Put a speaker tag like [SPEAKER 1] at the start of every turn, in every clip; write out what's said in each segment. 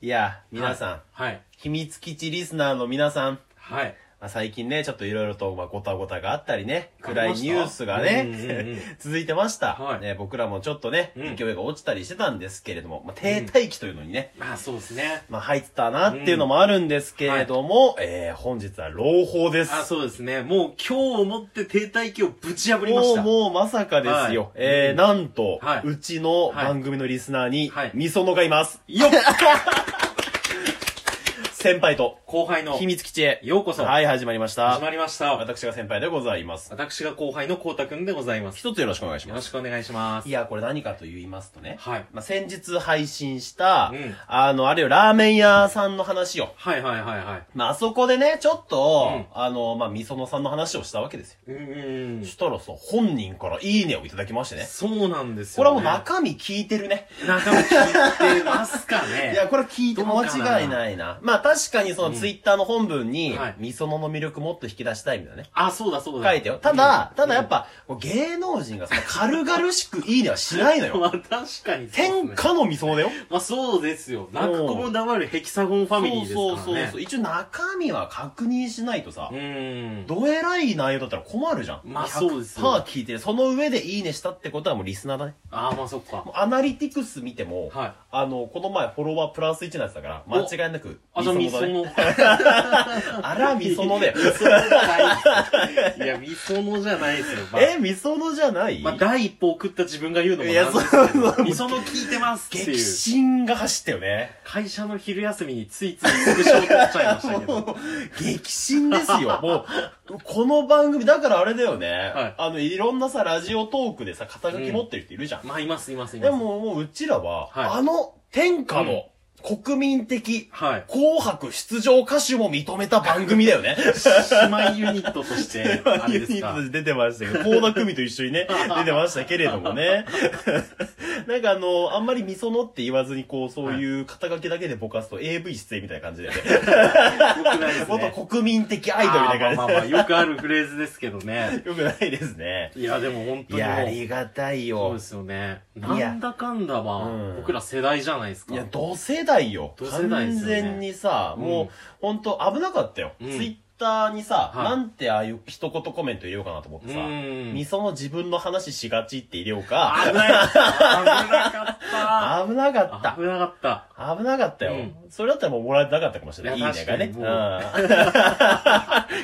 [SPEAKER 1] いや、皆さん、
[SPEAKER 2] はい。
[SPEAKER 1] 秘密基地リスナーの皆さん、
[SPEAKER 2] はい。
[SPEAKER 1] まあ、最近ね、ちょっといろいろと、まあ、ごたごたがあったりね、
[SPEAKER 2] あり
[SPEAKER 1] 暗い
[SPEAKER 2] ました
[SPEAKER 1] ニュースが
[SPEAKER 2] うんうんう
[SPEAKER 1] ね
[SPEAKER 2] ん、
[SPEAKER 1] 続いてました、
[SPEAKER 2] はい
[SPEAKER 1] ね。僕らもちょっとね、
[SPEAKER 2] うん
[SPEAKER 1] 勢いが落ちたりしてたんですけれども、まあ、停滞期というのにね、
[SPEAKER 2] まあそうですね。
[SPEAKER 1] まあ、入ってたなっていうのもあるんですけれども、えー、本日は朗報です。
[SPEAKER 2] あそうですね。もう今日をもって停滞期をぶち破りま
[SPEAKER 1] も
[SPEAKER 2] し
[SPEAKER 1] う、
[SPEAKER 2] た。
[SPEAKER 1] もうまさかですよ。
[SPEAKER 2] はい
[SPEAKER 1] えー、
[SPEAKER 2] うん
[SPEAKER 1] なんと、
[SPEAKER 2] はいう
[SPEAKER 1] ちの番組のリスナーに
[SPEAKER 2] はい、
[SPEAKER 1] みそのがいます。
[SPEAKER 2] よっ
[SPEAKER 1] 先輩と、
[SPEAKER 2] 後輩の
[SPEAKER 1] 秘密基地へ。
[SPEAKER 2] ようこそ
[SPEAKER 1] はい、始まりました。
[SPEAKER 2] 始まりました。
[SPEAKER 1] 私が先輩でございます。
[SPEAKER 2] 私が後輩のこうたくんでございます。
[SPEAKER 1] 一つよろしくお願いし
[SPEAKER 2] よ
[SPEAKER 1] ま
[SPEAKER 2] ろ
[SPEAKER 1] す。
[SPEAKER 2] しくお願いします
[SPEAKER 1] い。や、これ何かと言いますとね。
[SPEAKER 2] はい。
[SPEAKER 1] まあ、先日配信した、
[SPEAKER 2] うん
[SPEAKER 1] あの、あれよ、ラーメン屋さんの話を。
[SPEAKER 2] はいはいはいはい。
[SPEAKER 1] まあ、あそこでね、ちょっと、
[SPEAKER 2] うん
[SPEAKER 1] あの、まあ、みそのさんの話をしたわけですよ。
[SPEAKER 2] うんうん
[SPEAKER 1] そしたらさ、本人からいいねをいただきましてね。
[SPEAKER 2] そうなんです
[SPEAKER 1] こ
[SPEAKER 2] よ、
[SPEAKER 1] れ
[SPEAKER 2] ね。
[SPEAKER 1] はもう中身聞いてるね。
[SPEAKER 2] 中身 聞いてますかね
[SPEAKER 1] いや、これ聞いて
[SPEAKER 2] どう
[SPEAKER 1] 間
[SPEAKER 2] かな
[SPEAKER 1] 違いないな。まあ、確かにそのツイッターの本文に
[SPEAKER 2] はい、
[SPEAKER 1] みそのの魅力もっと引き出したいみたいなね。
[SPEAKER 2] あ、そうだそうだ。
[SPEAKER 1] 書いてよ。ただ、ただやっぱ、こう芸能人がその軽々しくいいねはしないの
[SPEAKER 2] うん、
[SPEAKER 1] よ。
[SPEAKER 2] まあ確かにそうですね、
[SPEAKER 1] 天下の味噌だよ。
[SPEAKER 2] まあそうですよ。落語も黙るヘキサゴンファミリーですから
[SPEAKER 1] そう
[SPEAKER 2] ね。
[SPEAKER 1] そうそうそう。一応中身は確認しないとさ
[SPEAKER 2] う、ーん。
[SPEAKER 1] どえらい内容だったら困るじゃん。
[SPEAKER 2] まあそうですよ
[SPEAKER 1] 100%聞いてる。その上でいいねしたってことはもうリスナーだね。
[SPEAKER 2] ああ、まあそっか
[SPEAKER 1] も。うアナリティクス見ても、
[SPEAKER 2] はい
[SPEAKER 1] あの、この前フォロワープラス1のやつだから、間違いなく、
[SPEAKER 2] あ、じゃあ、
[SPEAKER 1] み
[SPEAKER 2] み
[SPEAKER 1] そ
[SPEAKER 2] そ
[SPEAKER 1] のだね。
[SPEAKER 2] の。
[SPEAKER 1] あら、みそ のだよ。
[SPEAKER 2] みそのじゃ ないっすいや、みそのじゃないですよ。ま あ、
[SPEAKER 1] え、みそのじゃない、
[SPEAKER 2] まあ、第一歩送った自分が言うのも
[SPEAKER 1] いや
[SPEAKER 2] なんですけ
[SPEAKER 1] そうそう
[SPEAKER 2] ど、みその聞いてますって
[SPEAKER 1] 激
[SPEAKER 2] いう。
[SPEAKER 1] 震が走ったよね。
[SPEAKER 2] 会社の昼休みについついスクショを撮っちゃいましたけど。
[SPEAKER 1] もう激震ですよ。もう、この番組、だからあれだよね。
[SPEAKER 2] はい
[SPEAKER 1] あの、いろんなさ、ラジオトークでさ、肩書き持ってる人いるじゃん。
[SPEAKER 2] まあ、います、います、いま
[SPEAKER 1] で、
[SPEAKER 2] す。
[SPEAKER 1] も、もう、うちらは、
[SPEAKER 2] はい
[SPEAKER 1] あの、天下の、国民的、
[SPEAKER 2] はい。
[SPEAKER 1] 紅白出場歌手も認めた番組だよね。
[SPEAKER 2] 姉妹ユニットとして、あれ
[SPEAKER 1] ユ
[SPEAKER 2] で
[SPEAKER 1] ニ
[SPEAKER 2] す
[SPEAKER 1] ッ
[SPEAKER 2] か
[SPEAKER 1] ト。で出てましたけど、高田組と一緒にね、 出てましたけれどもね。 なんかあの、あんまりみそのって言わずに、こう、そういう肩書きだけでぼかすと AV 出演みたいな感じだよね。
[SPEAKER 2] よくないです
[SPEAKER 1] もっと
[SPEAKER 2] ね。
[SPEAKER 1] 国民的アイドルみたいな感じ。
[SPEAKER 2] あーまあまあまあ、よくあるフレーズですけど ね。
[SPEAKER 1] よくないですね。
[SPEAKER 2] いや、でも本当
[SPEAKER 1] い
[SPEAKER 2] にも
[SPEAKER 1] や、あ
[SPEAKER 2] う。
[SPEAKER 1] りがたい
[SPEAKER 2] そう
[SPEAKER 1] よ
[SPEAKER 2] で。すよね。
[SPEAKER 1] や
[SPEAKER 2] なんだかんだ
[SPEAKER 1] う
[SPEAKER 2] は
[SPEAKER 1] ん、
[SPEAKER 2] 僕ら世代じゃないですか。
[SPEAKER 1] いや、同世代よ。
[SPEAKER 2] 同世代ですよね
[SPEAKER 1] 完全にさ、
[SPEAKER 2] うん
[SPEAKER 1] もう、ほんと危なかったよ。
[SPEAKER 2] うん
[SPEAKER 1] ツイッターにさ、
[SPEAKER 2] はい
[SPEAKER 1] なんてああいう一言コメント入れようかなと思ってさ、
[SPEAKER 2] うん
[SPEAKER 1] みその自分の話しがちって入れよう
[SPEAKER 2] 危ない危な
[SPEAKER 1] か。
[SPEAKER 2] かっ
[SPEAKER 1] 危なかったた。
[SPEAKER 2] 危なかった。
[SPEAKER 1] 危なかったよ、
[SPEAKER 2] うん
[SPEAKER 1] それだったらもうもらえてなかったかもしれない。い
[SPEAKER 2] い
[SPEAKER 1] い
[SPEAKER 2] や
[SPEAKER 1] ねがね。
[SPEAKER 2] 確
[SPEAKER 1] うん。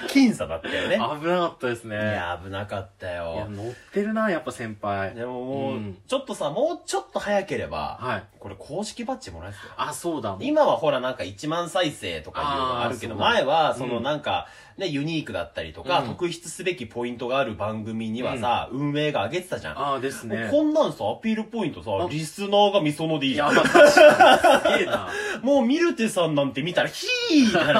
[SPEAKER 1] 僅差だったよね。
[SPEAKER 2] 危なかったですね。
[SPEAKER 1] いや、危なかった
[SPEAKER 2] いや
[SPEAKER 1] よ。
[SPEAKER 2] 乗ってるな、やっぱ先輩。
[SPEAKER 1] でももう、
[SPEAKER 2] うん
[SPEAKER 1] ちょっとさ、もうちょっと早ければ、
[SPEAKER 2] はい。
[SPEAKER 1] これ公式バッジもらえてたよ。
[SPEAKER 2] あ、そうだ。
[SPEAKER 1] 今はほらなんか1万再生とかいうのがあるけど、
[SPEAKER 2] あーそうだ
[SPEAKER 1] 前はそうの
[SPEAKER 2] ん
[SPEAKER 1] なんかね、ユニークだったりとか、
[SPEAKER 2] うん
[SPEAKER 1] 特筆すべきポイントがある番組にはさ、運営が上げてたじゃん。
[SPEAKER 2] ああ、です
[SPEAKER 1] もう
[SPEAKER 2] ね。
[SPEAKER 1] こんなんさ、アピールポイントさ
[SPEAKER 2] あ、
[SPEAKER 1] リスナーがみそのでいい
[SPEAKER 2] い
[SPEAKER 1] じ
[SPEAKER 2] や、
[SPEAKER 1] ゃん。
[SPEAKER 2] まあ、確かに。すげ えな。
[SPEAKER 1] もうミルテさんなんて見たら、ヒーって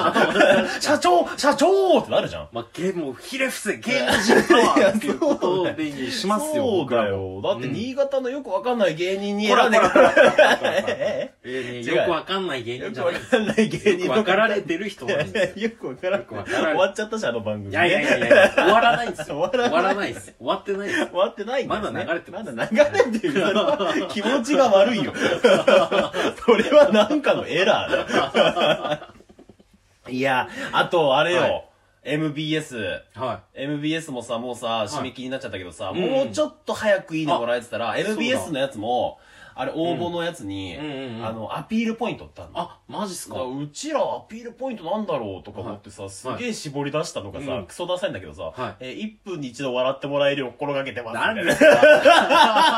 [SPEAKER 1] なる じゃん。社長社長ってなるじゃん。
[SPEAKER 2] まあ、ゲームをひれ伏せ、ゲーム人パワーっていうことでにしますよ。
[SPEAKER 1] そう
[SPEAKER 2] 僕ら
[SPEAKER 1] だ
[SPEAKER 2] も。
[SPEAKER 1] よ。だって
[SPEAKER 2] うん
[SPEAKER 1] 新潟のよくわかんない芸人に
[SPEAKER 2] ほら
[SPEAKER 1] 選ん
[SPEAKER 2] ほ
[SPEAKER 1] で
[SPEAKER 2] ら
[SPEAKER 1] く
[SPEAKER 2] ほ
[SPEAKER 1] る。
[SPEAKER 2] ら。ほらほらほら
[SPEAKER 1] え
[SPEAKER 2] え
[SPEAKER 1] 違う
[SPEAKER 2] ーねよくわかんない芸
[SPEAKER 1] よく
[SPEAKER 2] 人じゃな
[SPEAKER 1] わ
[SPEAKER 2] いです
[SPEAKER 1] かんない芸人
[SPEAKER 2] よく
[SPEAKER 1] の
[SPEAKER 2] わかられてる人なんですよ。
[SPEAKER 1] よくわから
[SPEAKER 2] よくわからん
[SPEAKER 1] 終わっちゃったじゃん、あの番組ね。
[SPEAKER 2] いやいやいやいや、終わらないですよ。
[SPEAKER 1] 終わらない
[SPEAKER 2] 終わらないです。終わってないです。
[SPEAKER 1] 終わってないんですね。
[SPEAKER 2] まだ流れて
[SPEAKER 1] ま
[SPEAKER 2] ます
[SPEAKER 1] だ流れてる。それは気持ちが悪いよ。 それはなんかのエラーだ。 いや、あと、あれよ。
[SPEAKER 2] は
[SPEAKER 1] MBS。
[SPEAKER 2] はい。
[SPEAKER 1] MBS もさ、もうさ、締め切りになっちゃったけどさ、
[SPEAKER 2] うん
[SPEAKER 1] もうちょっと早くいいねもらえてたら、
[SPEAKER 2] だ
[SPEAKER 1] MBS のやつも、あれ応募のやつに、
[SPEAKER 2] うんうんうんうん
[SPEAKER 1] あの、アピールポイントってあるの。
[SPEAKER 2] あ、マジっす
[SPEAKER 1] だから
[SPEAKER 2] か
[SPEAKER 1] うちらアピールポイントなんだろうとか思ってさ、すげえ絞り出したのがさ、
[SPEAKER 2] うん
[SPEAKER 1] クソダサいんだけどさ、
[SPEAKER 2] はい
[SPEAKER 1] えー1分に一度笑ってもらえるよう心がけてますみた
[SPEAKER 2] ないん
[SPEAKER 1] な
[SPEAKER 2] です か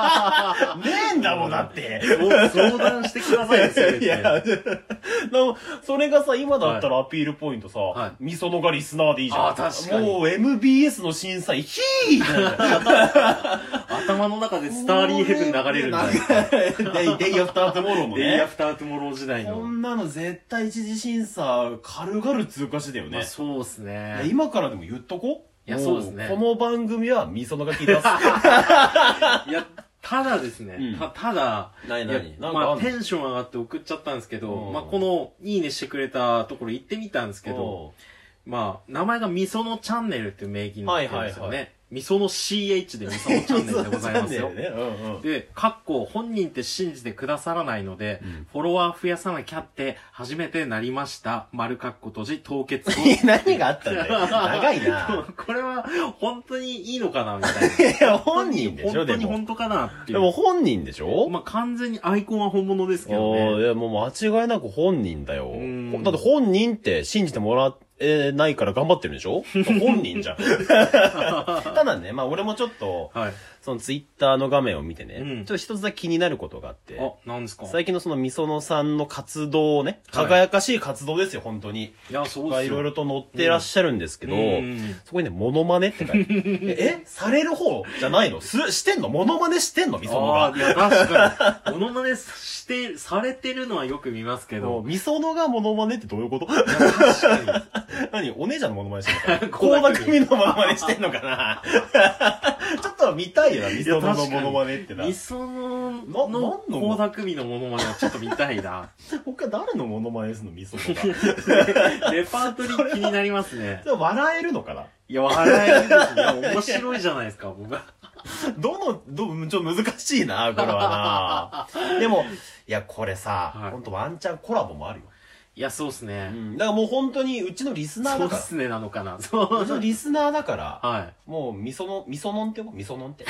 [SPEAKER 1] ねえんだもんだって。
[SPEAKER 2] そう相談してくださいよ、せめ
[SPEAKER 1] い
[SPEAKER 2] て。
[SPEAKER 1] や、でもそれがさ、今だったらアピールポイントさ、
[SPEAKER 2] はい
[SPEAKER 1] みそのがリスナーでいいじゃん。
[SPEAKER 2] あ確かに
[SPEAKER 1] もう MBS の審査員、ヒーってなるじゃん
[SPEAKER 2] 頭の中で スターリーヘブン流れるんだ。
[SPEAKER 1] デイ、デイアフタートゥモローも
[SPEAKER 2] デイア
[SPEAKER 1] ね。
[SPEAKER 2] フタートゥモロー時代の。
[SPEAKER 1] こんなの絶対一次審査、軽々通過してたよ
[SPEAKER 2] まあ、
[SPEAKER 1] ね。
[SPEAKER 2] そうっすね。
[SPEAKER 1] 今からでも言っとこ
[SPEAKER 2] いやそうですね
[SPEAKER 1] もこの番組はみそのが聞いてます。
[SPEAKER 2] いや、ただですね、
[SPEAKER 1] うん
[SPEAKER 2] たただ、
[SPEAKER 1] 何
[SPEAKER 2] いや
[SPEAKER 1] 何なんか
[SPEAKER 2] ま
[SPEAKER 1] あ
[SPEAKER 2] あ、
[SPEAKER 1] ん
[SPEAKER 2] テンション上がって送っちゃったんですけど、
[SPEAKER 1] うん
[SPEAKER 2] まあ、この、いいねしてくれたところ行ってみたんですけど、
[SPEAKER 1] の
[SPEAKER 2] まあ、名前がみそのチャンネルっていう名義になってるんですよね。
[SPEAKER 1] はいはいは
[SPEAKER 2] みその CH でみそのチャンネルでございますよ
[SPEAKER 1] そう。ね。うんうん。
[SPEAKER 2] で、かっこ本人って信じてくださらないので、
[SPEAKER 1] うん
[SPEAKER 2] フォロワー増やさなきゃって初めてなりました。丸かっこ閉じ、凍結
[SPEAKER 1] 何があったんだよ。長い な。
[SPEAKER 2] これは本当にいいのかなみたいな。
[SPEAKER 1] いや、本人でしょ、
[SPEAKER 2] 本当
[SPEAKER 1] で
[SPEAKER 2] に
[SPEAKER 1] も。
[SPEAKER 2] 本当かなってい
[SPEAKER 1] で
[SPEAKER 2] う。
[SPEAKER 1] も本人でしょ
[SPEAKER 2] まあ完全にアイコンは本物ですけど
[SPEAKER 1] おー
[SPEAKER 2] ね。
[SPEAKER 1] いや、もう間違いなく本人だよ。
[SPEAKER 2] ん
[SPEAKER 1] だって本人って信じてもらえないから頑張ってるんでしょ本人 じゃん。ただね、まあ俺もちょっと、
[SPEAKER 2] はい。
[SPEAKER 1] そのツイッターの画面を見てね、
[SPEAKER 2] うん
[SPEAKER 1] ちょっと一つだけ気になることがあって、
[SPEAKER 2] あ、なんですか
[SPEAKER 1] 最近のそのみそのさんの活動をね、
[SPEAKER 2] はい
[SPEAKER 1] 輝かしい活動ですよ、本当に。
[SPEAKER 2] いや、そう
[SPEAKER 1] が
[SPEAKER 2] です
[SPEAKER 1] いろ
[SPEAKER 2] よ。
[SPEAKER 1] いろと載ってらっしゃるんですけど、
[SPEAKER 2] うん
[SPEAKER 1] そこにね、モノマネって書いてある え、えされる方じゃないのす、してんのモノマネしてんのみその
[SPEAKER 2] あ
[SPEAKER 1] が
[SPEAKER 2] あ、。いや、確かに。ものまねして、されてるのはよく見ますけ
[SPEAKER 1] もう
[SPEAKER 2] ど。
[SPEAKER 1] みそのがモノマネってどういうこと
[SPEAKER 2] いや確かに。
[SPEAKER 1] 何お姉ちゃんのモノマネして んのかな
[SPEAKER 2] 倖
[SPEAKER 1] 倖田
[SPEAKER 2] 田
[SPEAKER 1] 來未
[SPEAKER 2] 來
[SPEAKER 1] のモノマネしてんのかな ちょっと見たいよな、みそののモノマネってな
[SPEAKER 2] み。その
[SPEAKER 1] な
[SPEAKER 2] の
[SPEAKER 1] なんの
[SPEAKER 2] 倖田來未のものまねはちょっと見たい な
[SPEAKER 1] 他誰のモノマネするのみそのが。
[SPEAKER 2] レパートリー気になりますね
[SPEAKER 1] でも笑えるのかない
[SPEAKER 2] や笑えるですねいや面白いじゃないですか僕は
[SPEAKER 1] どの、ど、ちょ、難しいな、これは な。でも、いや、これさ、
[SPEAKER 2] はい
[SPEAKER 1] ほんとワンチャンコラボもあるよ。
[SPEAKER 2] いやそうっす
[SPEAKER 1] う
[SPEAKER 2] ね、
[SPEAKER 1] ん。だからもう本当に、うちのリスナー
[SPEAKER 2] そう
[SPEAKER 1] だ
[SPEAKER 2] っ
[SPEAKER 1] から。
[SPEAKER 2] すねなのかなそう
[SPEAKER 1] ちのリスナーだから、
[SPEAKER 2] は
[SPEAKER 1] もう、みその、みそのんってよ、みそのんって。
[SPEAKER 2] い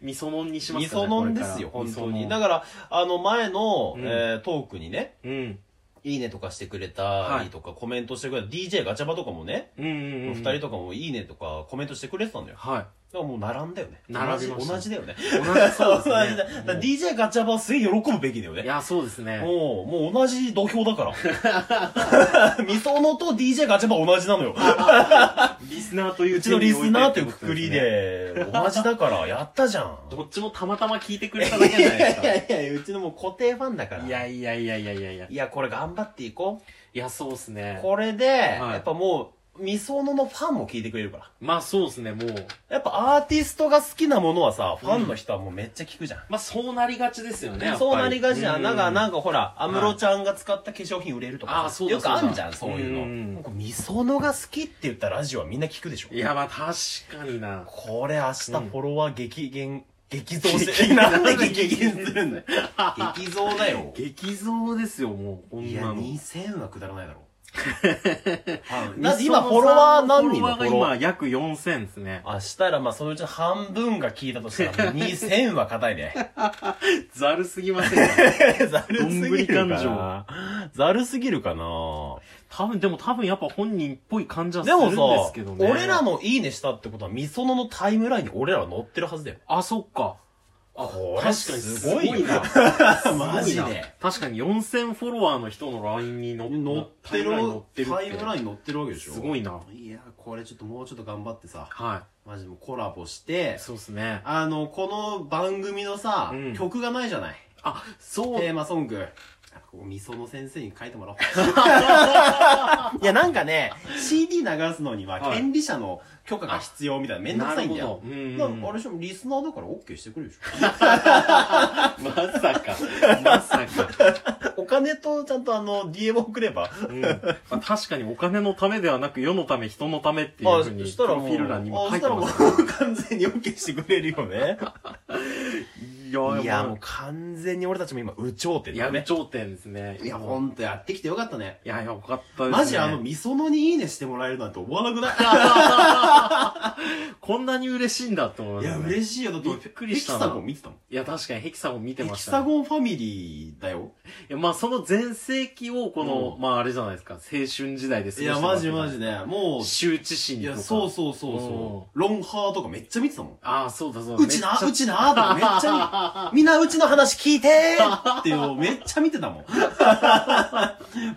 [SPEAKER 2] みそのんにしま
[SPEAKER 1] み
[SPEAKER 2] すか
[SPEAKER 1] そ
[SPEAKER 2] ね
[SPEAKER 1] のん
[SPEAKER 2] これ
[SPEAKER 1] で
[SPEAKER 2] から
[SPEAKER 1] すよ、本当に。
[SPEAKER 2] みそのん
[SPEAKER 1] だから、あの、前の、
[SPEAKER 2] うん
[SPEAKER 1] えートークにね、
[SPEAKER 2] うん
[SPEAKER 1] いいねとかしてくれたりとか、コメントしてくれた DJ ガチャバとかもね、
[SPEAKER 2] うんうんう
[SPEAKER 1] 二
[SPEAKER 2] ん
[SPEAKER 1] 人とかもいいねとかコメントしてくれてたんだよ。
[SPEAKER 2] はい
[SPEAKER 1] だからもう並んだよね。
[SPEAKER 2] 並びま
[SPEAKER 1] 同
[SPEAKER 2] し
[SPEAKER 1] じ
[SPEAKER 2] た
[SPEAKER 1] 同じだよね。
[SPEAKER 2] 同じそうで す
[SPEAKER 1] 同じだだ
[SPEAKER 2] ね
[SPEAKER 1] か
[SPEAKER 2] も
[SPEAKER 1] ら
[SPEAKER 2] う
[SPEAKER 1] DJ ガチャバはすげえ喜ぶべきだよ
[SPEAKER 2] い
[SPEAKER 1] ね。
[SPEAKER 2] やそうですね
[SPEAKER 1] もう、もう同じ土俵だから。 みそのと DJ ガチャバ同じなのよ。
[SPEAKER 2] リスナーという
[SPEAKER 1] うちのリスナーというくくりで、同じだから、やったじゃん。
[SPEAKER 2] どっちもたまたま聞いてくれただけじゃ ないですか
[SPEAKER 1] いやいや、うちのもう固定ファンだか
[SPEAKER 2] いやいやいやいやいやいや
[SPEAKER 1] いや、これ頑張っていこ
[SPEAKER 2] いやそうっす
[SPEAKER 1] う。
[SPEAKER 2] ね
[SPEAKER 1] これで、
[SPEAKER 2] い
[SPEAKER 1] やっぱもう、みそののファンも聞いてくれるから。
[SPEAKER 2] まあそうですねもう
[SPEAKER 1] やっぱアーティストが好きなものはさ、ファンの人はもうめっちゃ聞くじゃん。
[SPEAKER 2] まあそうなりがちですよね。やっぱり
[SPEAKER 1] そうなりがちじゃん。なんか、なんかほら、安
[SPEAKER 2] い
[SPEAKER 1] 室ちゃんが使った化粧品売れるとかさ、
[SPEAKER 2] あそうだ
[SPEAKER 1] よくあんじゃん、
[SPEAKER 2] そ
[SPEAKER 1] そうう
[SPEAKER 2] だ
[SPEAKER 1] いう
[SPEAKER 2] う
[SPEAKER 1] の。
[SPEAKER 2] ん
[SPEAKER 1] なんかみそのが好きって言ったラジオはみんな聞くでしょ。
[SPEAKER 2] いやまあ確かにな。
[SPEAKER 1] これ明日フ
[SPEAKER 2] うん
[SPEAKER 1] ォロワー激減、激増してる。なんで激減する んだよ。激増だよ。
[SPEAKER 2] 激増ですよ、もう、こ
[SPEAKER 1] い
[SPEAKER 2] ん
[SPEAKER 1] や、
[SPEAKER 2] なの。
[SPEAKER 1] 2000はくだらない だろ。
[SPEAKER 2] はい
[SPEAKER 1] だって今フォロワー何人の
[SPEAKER 2] フォロワーが今約4000ですね。
[SPEAKER 1] あ、したらまあそのうちの半分が聞いたとしたら、2000は硬いね。
[SPEAKER 2] ざるすぎませ んか
[SPEAKER 1] ざるすぎるか
[SPEAKER 2] どんぶり
[SPEAKER 1] な。ざるすぎるかな。
[SPEAKER 2] 多分、でも多分やっぱ本人っぽい感じはす
[SPEAKER 1] で
[SPEAKER 2] るん
[SPEAKER 1] も
[SPEAKER 2] です
[SPEAKER 1] さ
[SPEAKER 2] けど、ね。
[SPEAKER 1] 俺ら。のいいねしたってことは、みそののタイムラインに俺らは載ってるはずだよ。
[SPEAKER 2] あ、そっか。あ、
[SPEAKER 1] こ
[SPEAKER 2] 確
[SPEAKER 1] れ
[SPEAKER 2] かにすごいな。
[SPEAKER 1] マジで。
[SPEAKER 2] 確かに4000フォロワーの人の LINE に乗
[SPEAKER 1] 載ってる、
[SPEAKER 2] ってるって。
[SPEAKER 1] タイムライン載ってるわけでしょ。
[SPEAKER 2] すごいな。
[SPEAKER 1] いや、これちょっともうちょっと頑張ってさ、
[SPEAKER 2] は
[SPEAKER 1] マジもうコラボし
[SPEAKER 2] い。
[SPEAKER 1] て、
[SPEAKER 2] そうですね。
[SPEAKER 1] あの、この番組のさ、
[SPEAKER 2] うん
[SPEAKER 1] 曲がないじゃない。
[SPEAKER 2] あ、そう
[SPEAKER 1] テーマソング。ここみその先生に書いてもらおう。 いや、なんかね、CD 流すのには
[SPEAKER 2] はい
[SPEAKER 1] 権利者の許可が必要みたいな、めんどくさいんだよ。
[SPEAKER 2] なるほどうんうんうん
[SPEAKER 1] だからあれでしょ、リスナーだから OK してくれるでし
[SPEAKER 2] まさか。まさか。
[SPEAKER 1] ょ。お金とちゃんとあの、DM を送れば。
[SPEAKER 2] うん。まあ、確かにお金のためではなく、世のため、人のためっていう
[SPEAKER 1] あ、
[SPEAKER 2] ふうに、
[SPEAKER 1] そした
[SPEAKER 2] プ
[SPEAKER 1] ら
[SPEAKER 2] ロ
[SPEAKER 1] も
[SPEAKER 2] フ
[SPEAKER 1] う、
[SPEAKER 2] ィール欄にも
[SPEAKER 1] あそ
[SPEAKER 2] 書い
[SPEAKER 1] してたら
[SPEAKER 2] ま
[SPEAKER 1] も
[SPEAKER 2] すから。
[SPEAKER 1] う完全に OK してくれるよね。
[SPEAKER 2] い や
[SPEAKER 1] いや、もう完全に俺たちも今、有頂
[SPEAKER 2] う、
[SPEAKER 1] 天
[SPEAKER 2] いや
[SPEAKER 1] だね。
[SPEAKER 2] 頂点ですね。
[SPEAKER 1] いや、ほんとやってきてよかったね。
[SPEAKER 2] いや、よかったですね。
[SPEAKER 1] マジあの、、みそのにいいねしてもらえるなんて思わなく ない
[SPEAKER 2] こんなに嬉しいんだって思いま
[SPEAKER 1] い
[SPEAKER 2] す
[SPEAKER 1] や、
[SPEAKER 2] ね。
[SPEAKER 1] 嬉しいよ。だって、
[SPEAKER 2] びっくりした
[SPEAKER 1] ヘ
[SPEAKER 2] な
[SPEAKER 1] キサゴン見てたもん。
[SPEAKER 2] いや、確かにヘキサゴン見て
[SPEAKER 1] ヘ
[SPEAKER 2] ま
[SPEAKER 1] キ
[SPEAKER 2] した
[SPEAKER 1] サ
[SPEAKER 2] ね。
[SPEAKER 1] ゴンファミリーだよ。
[SPEAKER 2] いや、まあ、その全盛期を、この、
[SPEAKER 1] うん
[SPEAKER 2] まあ、あれじゃないですか、青春時代です
[SPEAKER 1] いや、マジマ
[SPEAKER 2] ジ。
[SPEAKER 1] ジね。もう、
[SPEAKER 2] 羞恥心
[SPEAKER 1] い
[SPEAKER 2] とか。
[SPEAKER 1] や、そうそうそうそう。ロンハーとかめっちゃ見てたもん。
[SPEAKER 2] ああ、そうだそうだ。
[SPEAKER 1] うちな、
[SPEAKER 2] めっ
[SPEAKER 1] うちなーと かめっちゃ見、みんなうちの話聞いてーっていうのをめっちゃ見て たもん。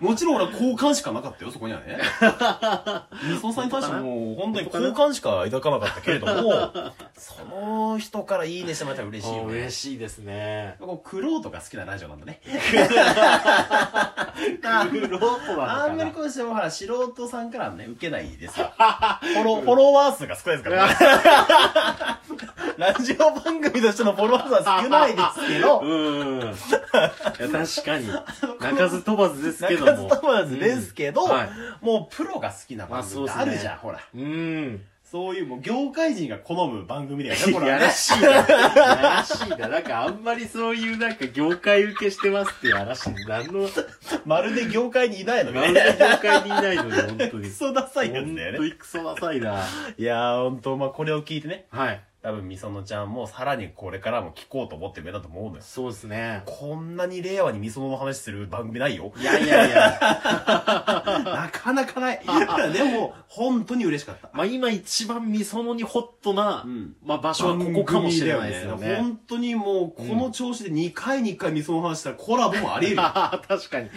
[SPEAKER 1] もちろん俺は好感しかなかったよ、そこにはね。みそさんに対してはもう本当に好感しか抱かなかったけれども、 その人からいいねしてもらえたら嬉
[SPEAKER 2] ちゃ
[SPEAKER 1] しい
[SPEAKER 2] あ
[SPEAKER 1] よ
[SPEAKER 2] ー
[SPEAKER 1] ね。
[SPEAKER 2] 嬉しいですね。
[SPEAKER 1] こう、クローとか好きなラジオなん だね。
[SPEAKER 2] ロートなのかな
[SPEAKER 1] あんまりこうしてもほら、素人さんからはね、受けないですよ。 フォロフォロワー数が少ないですからね。ラジオ番組としてのフォロワー数は少ないですけ ど、
[SPEAKER 2] うん。いや、確かに。鳴かず飛ばずですけ
[SPEAKER 1] 中
[SPEAKER 2] ども。
[SPEAKER 1] 津たまらずですけど、
[SPEAKER 2] うんはい
[SPEAKER 1] もうプロが好きな番組ってあるじゃん、ほら。
[SPEAKER 2] うん。
[SPEAKER 1] そういうもう業界人が好む番組だよね、これ
[SPEAKER 2] や
[SPEAKER 1] はね
[SPEAKER 2] ら。し いな。やらしいな。なんかあんまりそういうなんか業界受けしてますってやらしい。何の、
[SPEAKER 1] まるで業界にいないの
[SPEAKER 2] 何の業
[SPEAKER 1] ね。
[SPEAKER 2] 界 にいないのに、本当
[SPEAKER 1] ク
[SPEAKER 2] に。
[SPEAKER 1] ソダサいやつだ
[SPEAKER 2] 本
[SPEAKER 1] よ
[SPEAKER 2] 当
[SPEAKER 1] ね。
[SPEAKER 2] にクソダサいな。
[SPEAKER 1] いやー、ほんと、まあ、これを聞いてね、
[SPEAKER 2] はい。
[SPEAKER 1] 多分みそのちゃんもさらにこれからも聞こうと思ってくれたと思うのよ。
[SPEAKER 2] そうですね。
[SPEAKER 1] こんなに令和にみそのの話する番組ないよ。
[SPEAKER 2] いやいやいや。
[SPEAKER 1] なかなかない。でも、本当に嬉しかった。
[SPEAKER 2] まあ今一番みそのにホットな、
[SPEAKER 1] ん。
[SPEAKER 2] まあ場所はここかもしれないですよね。
[SPEAKER 1] 本当にもう、この調子で2回に1回みその話したらコラボもあり得るよ。
[SPEAKER 2] あー確かに。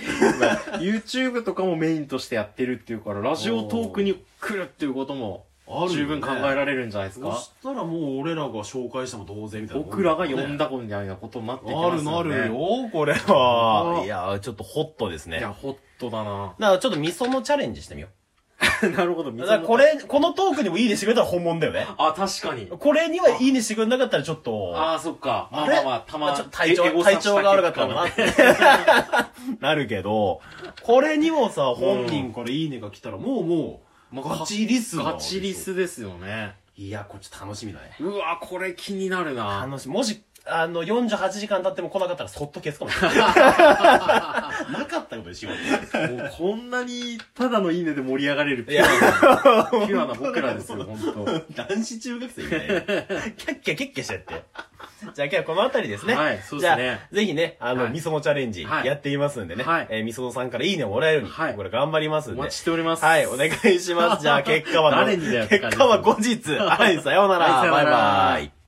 [SPEAKER 2] YouTube とかもメインとしてやってるっていうから、ラジオトークに来るっていうことも
[SPEAKER 1] あるよね
[SPEAKER 2] 十分考えられるんじゃないです
[SPEAKER 1] そ
[SPEAKER 2] か。
[SPEAKER 1] したらもう俺らが紹介しても同然みたいなもんだ
[SPEAKER 2] 僕
[SPEAKER 1] よね、
[SPEAKER 2] らが呼んだ子みたいなことになってき
[SPEAKER 1] あ
[SPEAKER 2] ます
[SPEAKER 1] るな
[SPEAKER 2] よね。
[SPEAKER 1] る
[SPEAKER 2] い
[SPEAKER 1] よ、これ は。いやー、ちょっとホットですね。だ
[SPEAKER 2] や、
[SPEAKER 1] か
[SPEAKER 2] ホット だな
[SPEAKER 1] らちょっとみそのチャレンジしてみよ
[SPEAKER 2] なるほど、
[SPEAKER 1] う。
[SPEAKER 2] 水
[SPEAKER 1] だか
[SPEAKER 2] の
[SPEAKER 1] らこ。れ、このトークにもいいねしてくれたら本物だよね。
[SPEAKER 2] あ、確かに。
[SPEAKER 1] これにはいいねしてくれなかったらちょっと、
[SPEAKER 2] ああ、そっか。まあ
[SPEAKER 1] れ
[SPEAKER 2] まあまあ、たま、
[SPEAKER 1] ちょっと体調
[SPEAKER 2] エゴサ
[SPEAKER 1] 体
[SPEAKER 2] した
[SPEAKER 1] 調が悪かったのかな
[SPEAKER 2] 結
[SPEAKER 1] って なるけど、これにもさ、本人からいいねが来たら、もうもう、
[SPEAKER 2] まあ
[SPEAKER 1] ガチリス
[SPEAKER 2] 果
[SPEAKER 1] ナ
[SPEAKER 2] が
[SPEAKER 1] ー
[SPEAKER 2] ガチリスですよね。
[SPEAKER 1] いや、こっち楽しみだね。
[SPEAKER 2] うわ、これ気になるな。
[SPEAKER 1] 楽しみ。もし、あの、48時間経っても来なかったら、そっと消すかもしれ ない。なかったことにしようね。
[SPEAKER 2] もうこんなに、ただのいいねで盛り上がれるピュアな、ピュアな僕ら ですよ、本当。
[SPEAKER 1] 男子中学生みたいな。キャッキャキャッキャしちゃって。じゃあ今日はこのあたりですね。
[SPEAKER 2] はいそうですね
[SPEAKER 1] じゃあ、ぜひね、あの、
[SPEAKER 2] はい
[SPEAKER 1] みそのチャレンジ
[SPEAKER 2] はい
[SPEAKER 1] やっていますんでね。
[SPEAKER 2] はい
[SPEAKER 1] えーみそのさんからいいねをもらえるように、
[SPEAKER 2] はい
[SPEAKER 1] これ頑張りますん
[SPEAKER 2] お
[SPEAKER 1] で。
[SPEAKER 2] 待ちしております。
[SPEAKER 1] はい、お願いします。じゃあ、結果は
[SPEAKER 2] 誰にだよ
[SPEAKER 1] 結果は後日。はい、さようなら。
[SPEAKER 2] はいさよう
[SPEAKER 1] バ
[SPEAKER 2] な
[SPEAKER 1] イ
[SPEAKER 2] ら
[SPEAKER 1] バイ。